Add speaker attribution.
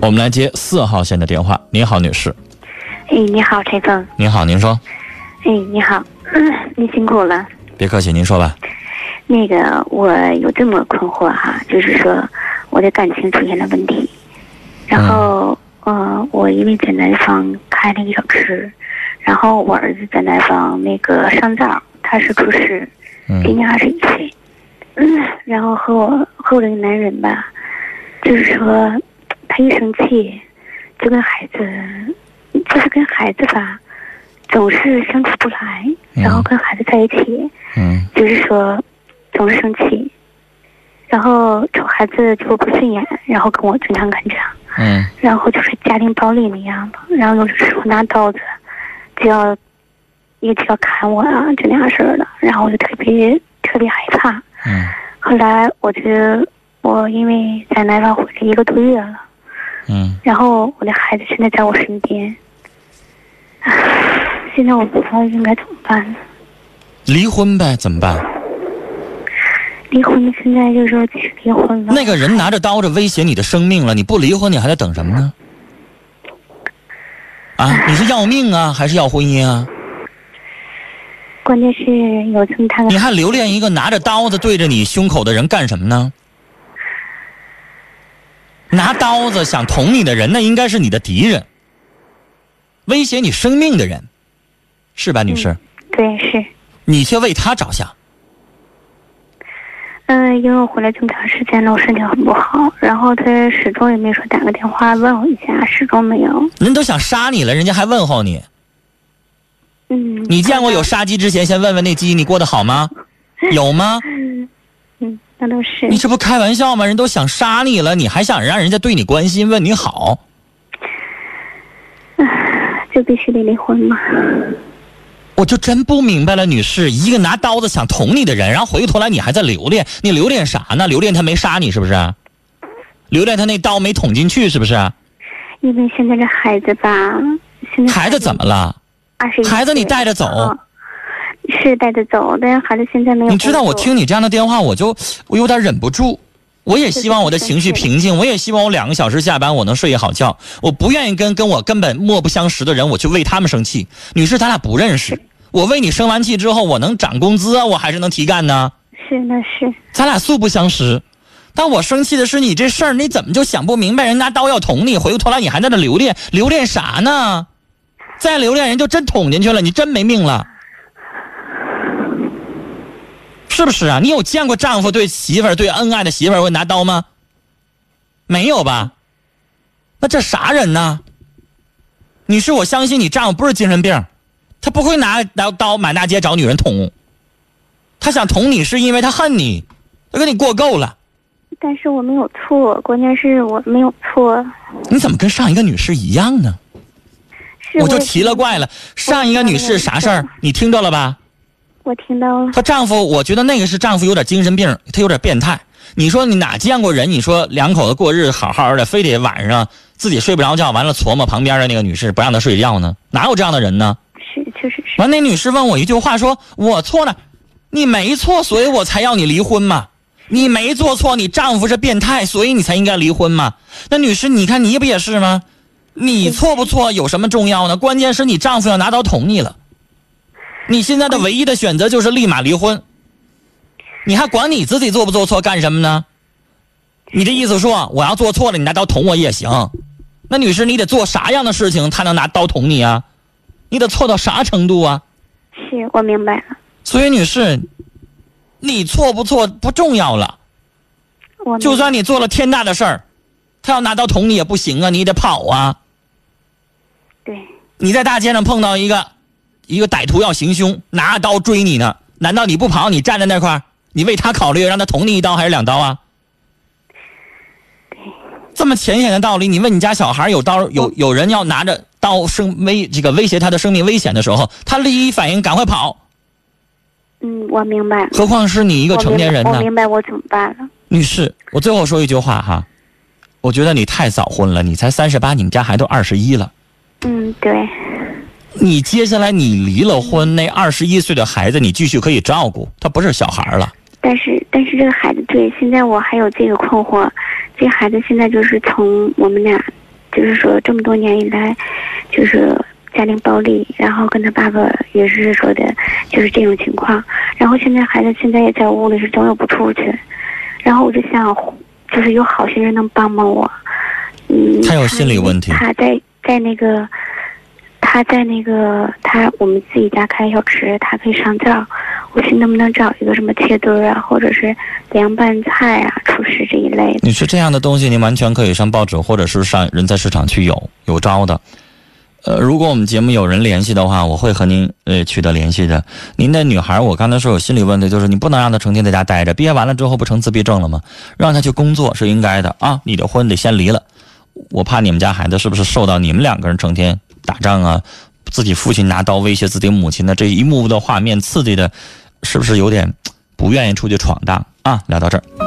Speaker 1: 我们来接四号线的电话。您好，女士。
Speaker 2: 哎，你好，陈峰。
Speaker 1: 您好，您说。
Speaker 2: 哎，你好，嗯您辛苦了。
Speaker 1: 别客气，您说吧。
Speaker 2: 那个，我有这么困惑哈、就是说我的感情出现了问题，然后、呃，我因为在南方开了一个小吃，然后我儿子在南方那个上灶，他是厨师，今
Speaker 1: 嗯
Speaker 2: 年二十一岁，嗯，然后和我和我这个男人吧，就是说他一生气，就跟孩子，就是跟孩子吧，总是相处不来，然后
Speaker 1: 嗯
Speaker 2: 跟孩子在一起，
Speaker 1: 嗯
Speaker 2: 就是说总是生气，然后瞅孩子就不顺眼，然后跟我经常干仗，
Speaker 1: 嗯
Speaker 2: 然后就是家庭暴力那样的，然后就是手拿刀子，就要一直要砍我啊，就那样式儿的，然后我就特别特别害怕。
Speaker 1: 嗯
Speaker 2: 后来我就我因为在南方回来一个多月了，
Speaker 1: 嗯
Speaker 2: 然后我的孩子现在在我身边，唉现在我不知道应该怎么办呢。
Speaker 1: 离婚呗，怎么办？
Speaker 2: 离婚现在就是说其实离婚了，
Speaker 1: 那个人拿着刀子威胁你的生命了，你不离婚，你还在等什么呢？啊，你是要命啊，还是要婚姻啊？
Speaker 2: 关键是有这么大
Speaker 1: 你
Speaker 2: 个，
Speaker 1: 还留恋一个拿着刀子对着你胸口的人干什么呢？拿刀子想捅你的人，那应该是你的敌人，威胁你生命的人，是吧，女士？
Speaker 2: 对是，
Speaker 1: 你却为他着想，
Speaker 2: 嗯、因为我回来这么长时间了，我身体很不好，然后他始终也没说打个电话问我一下，始终没有。
Speaker 1: 人都想杀你了，人家还问候你。
Speaker 2: 嗯，
Speaker 1: 你见过有杀鸡之前先问问那鸡你过得好吗？有吗？
Speaker 2: 嗯，那倒是
Speaker 1: 你。这不开玩笑吗？人都想杀你了，你还想让人家对你关心问你好？
Speaker 2: 就必须得离婚嘛。
Speaker 1: 我就真不明白了，女士，一个拿刀子想捅你的人，然后回过头来你还在留恋，你留恋啥呢？留恋他没杀你是不是？留恋他那刀没捅进去是不是？
Speaker 2: 因为现在这孩子吧，现在
Speaker 1: 孩子怎么了？
Speaker 2: 二十一，
Speaker 1: 孩子你带着走
Speaker 2: 嗯是带着走，但是孩子现在没有。
Speaker 1: 你知道我听，你这样的电话，我就我有点忍不住。我也希望我的情绪平静，我也希望我两个小时下班我能睡一好觉。我不愿意跟跟我根本莫不相识的人，我去为他们生气。女士，咱俩不认识，我为你生完气之后，我能涨工资啊，我还是能提干呢。
Speaker 2: 是那是，
Speaker 1: 咱俩素不相识，但我生气的是你这事儿，你怎么就想不明白？人拿刀要捅你，回过头来你还在那留恋，留恋啥呢？再留恋人就真捅进去了，你真没命了，是不是啊？你有见过丈夫对媳妇儿、对恩爱的媳妇儿会拿刀吗？没有吧？那这啥人呢？女士，我相信你丈夫不是精神病，他不会拿拿刀满大街找女人捅。他想捅你是因为他恨你，他跟你过够了。
Speaker 2: 但是我没有错，关键是我没有错。
Speaker 1: 你怎么跟上一个女士一样呢？
Speaker 2: 是
Speaker 1: 我就奇了，怪了，上一个女士啥事儿你听到了吧？
Speaker 2: 我听到了，
Speaker 1: 她丈夫，我觉得那个是丈夫有点精神病，他有点变态。你说你哪见过人？你说两口子过日子好好的，非得晚上自己睡不着觉，完了琢磨旁边的那个女士不让她睡觉呢？哪有这样的人呢？
Speaker 2: 是确实是，
Speaker 1: 完，那女士问我一句话说，我错了，你没错，所以我才要你离婚嘛。你没做错，你丈夫是变态，所以你才应该离婚嘛。那女士，你看你不也是吗？你错不错有什么重要呢？关键是你丈夫要拿刀捅你了，你现在的唯一的选择就是立马离婚。你还管你自己做不做错干什么呢？你这意思说我要做错了，你拿刀捅我也行？那女士，你得做啥样的事情，他能拿刀捅你啊？你得错到啥程度啊？
Speaker 2: 是我明白了，
Speaker 1: 所以，女士，你错不错不重要了，
Speaker 2: 我明
Speaker 1: 就算你做了天大的事儿，他要拿刀捅你也不行啊，你得跑啊！
Speaker 2: 对，
Speaker 1: 你在大街上碰到一个一个歹徒要行凶，拿着刀追你呢，难道你不跑？你站在那块儿，你为他考虑，让他捅你一刀还是两刀啊？这么浅显的道理，你问你家小孩有刀有有人要拿着刀生威这个威胁他的生命危险的时候，他第一反应赶快跑，
Speaker 2: 嗯，我明白了。
Speaker 1: 何况是你一个
Speaker 2: 我
Speaker 1: 成
Speaker 2: 明
Speaker 1: 年人
Speaker 2: 白
Speaker 1: 呢
Speaker 2: 我？明白我怎么办了。
Speaker 1: 女士，我最后说一句话哈，我觉得你太早婚了，你才三十八，你们家孩子都二十一了。
Speaker 2: 嗯，对，
Speaker 1: 你接下来你离了婚，那二十一岁的孩子你继续可以照顾，他不是小孩儿了。
Speaker 2: 但是但是这个孩子，对，现在我还有这个困惑，这个孩子现在就是从我们俩就是说这么多年以来，就是家庭暴力，然后跟他爸爸也是说的，就是这种情况。然后现在孩子现在也在屋里是总也不出去，然后我就想，就是有好心人能帮帮我。嗯，
Speaker 1: 他有心理问题
Speaker 2: 他在在那个，他在那个他我们自己家开小吃，他可以上灶。我寻思能不能找一个什么切墩儿啊，或者是凉拌菜啊、厨师这一类的。
Speaker 1: 你说这样的东西，您完全可以上报纸或者是上人才市场去有有招的。呃，如果我们节目有人联系的话，我会和您呃取得联系的。您的女孩，我刚才说有心理问题，就是你不能让她成天在家待着，毕业完了之后不成自闭症了吗？让她去工作是应该的啊。你的婚得先离了，我怕你们家孩子是不是受到你们两个人成天打仗啊，自己父亲拿刀威胁自己母亲的这一幕幕的画面刺激的，是不是有点不愿意出去闯荡啊？聊到这儿。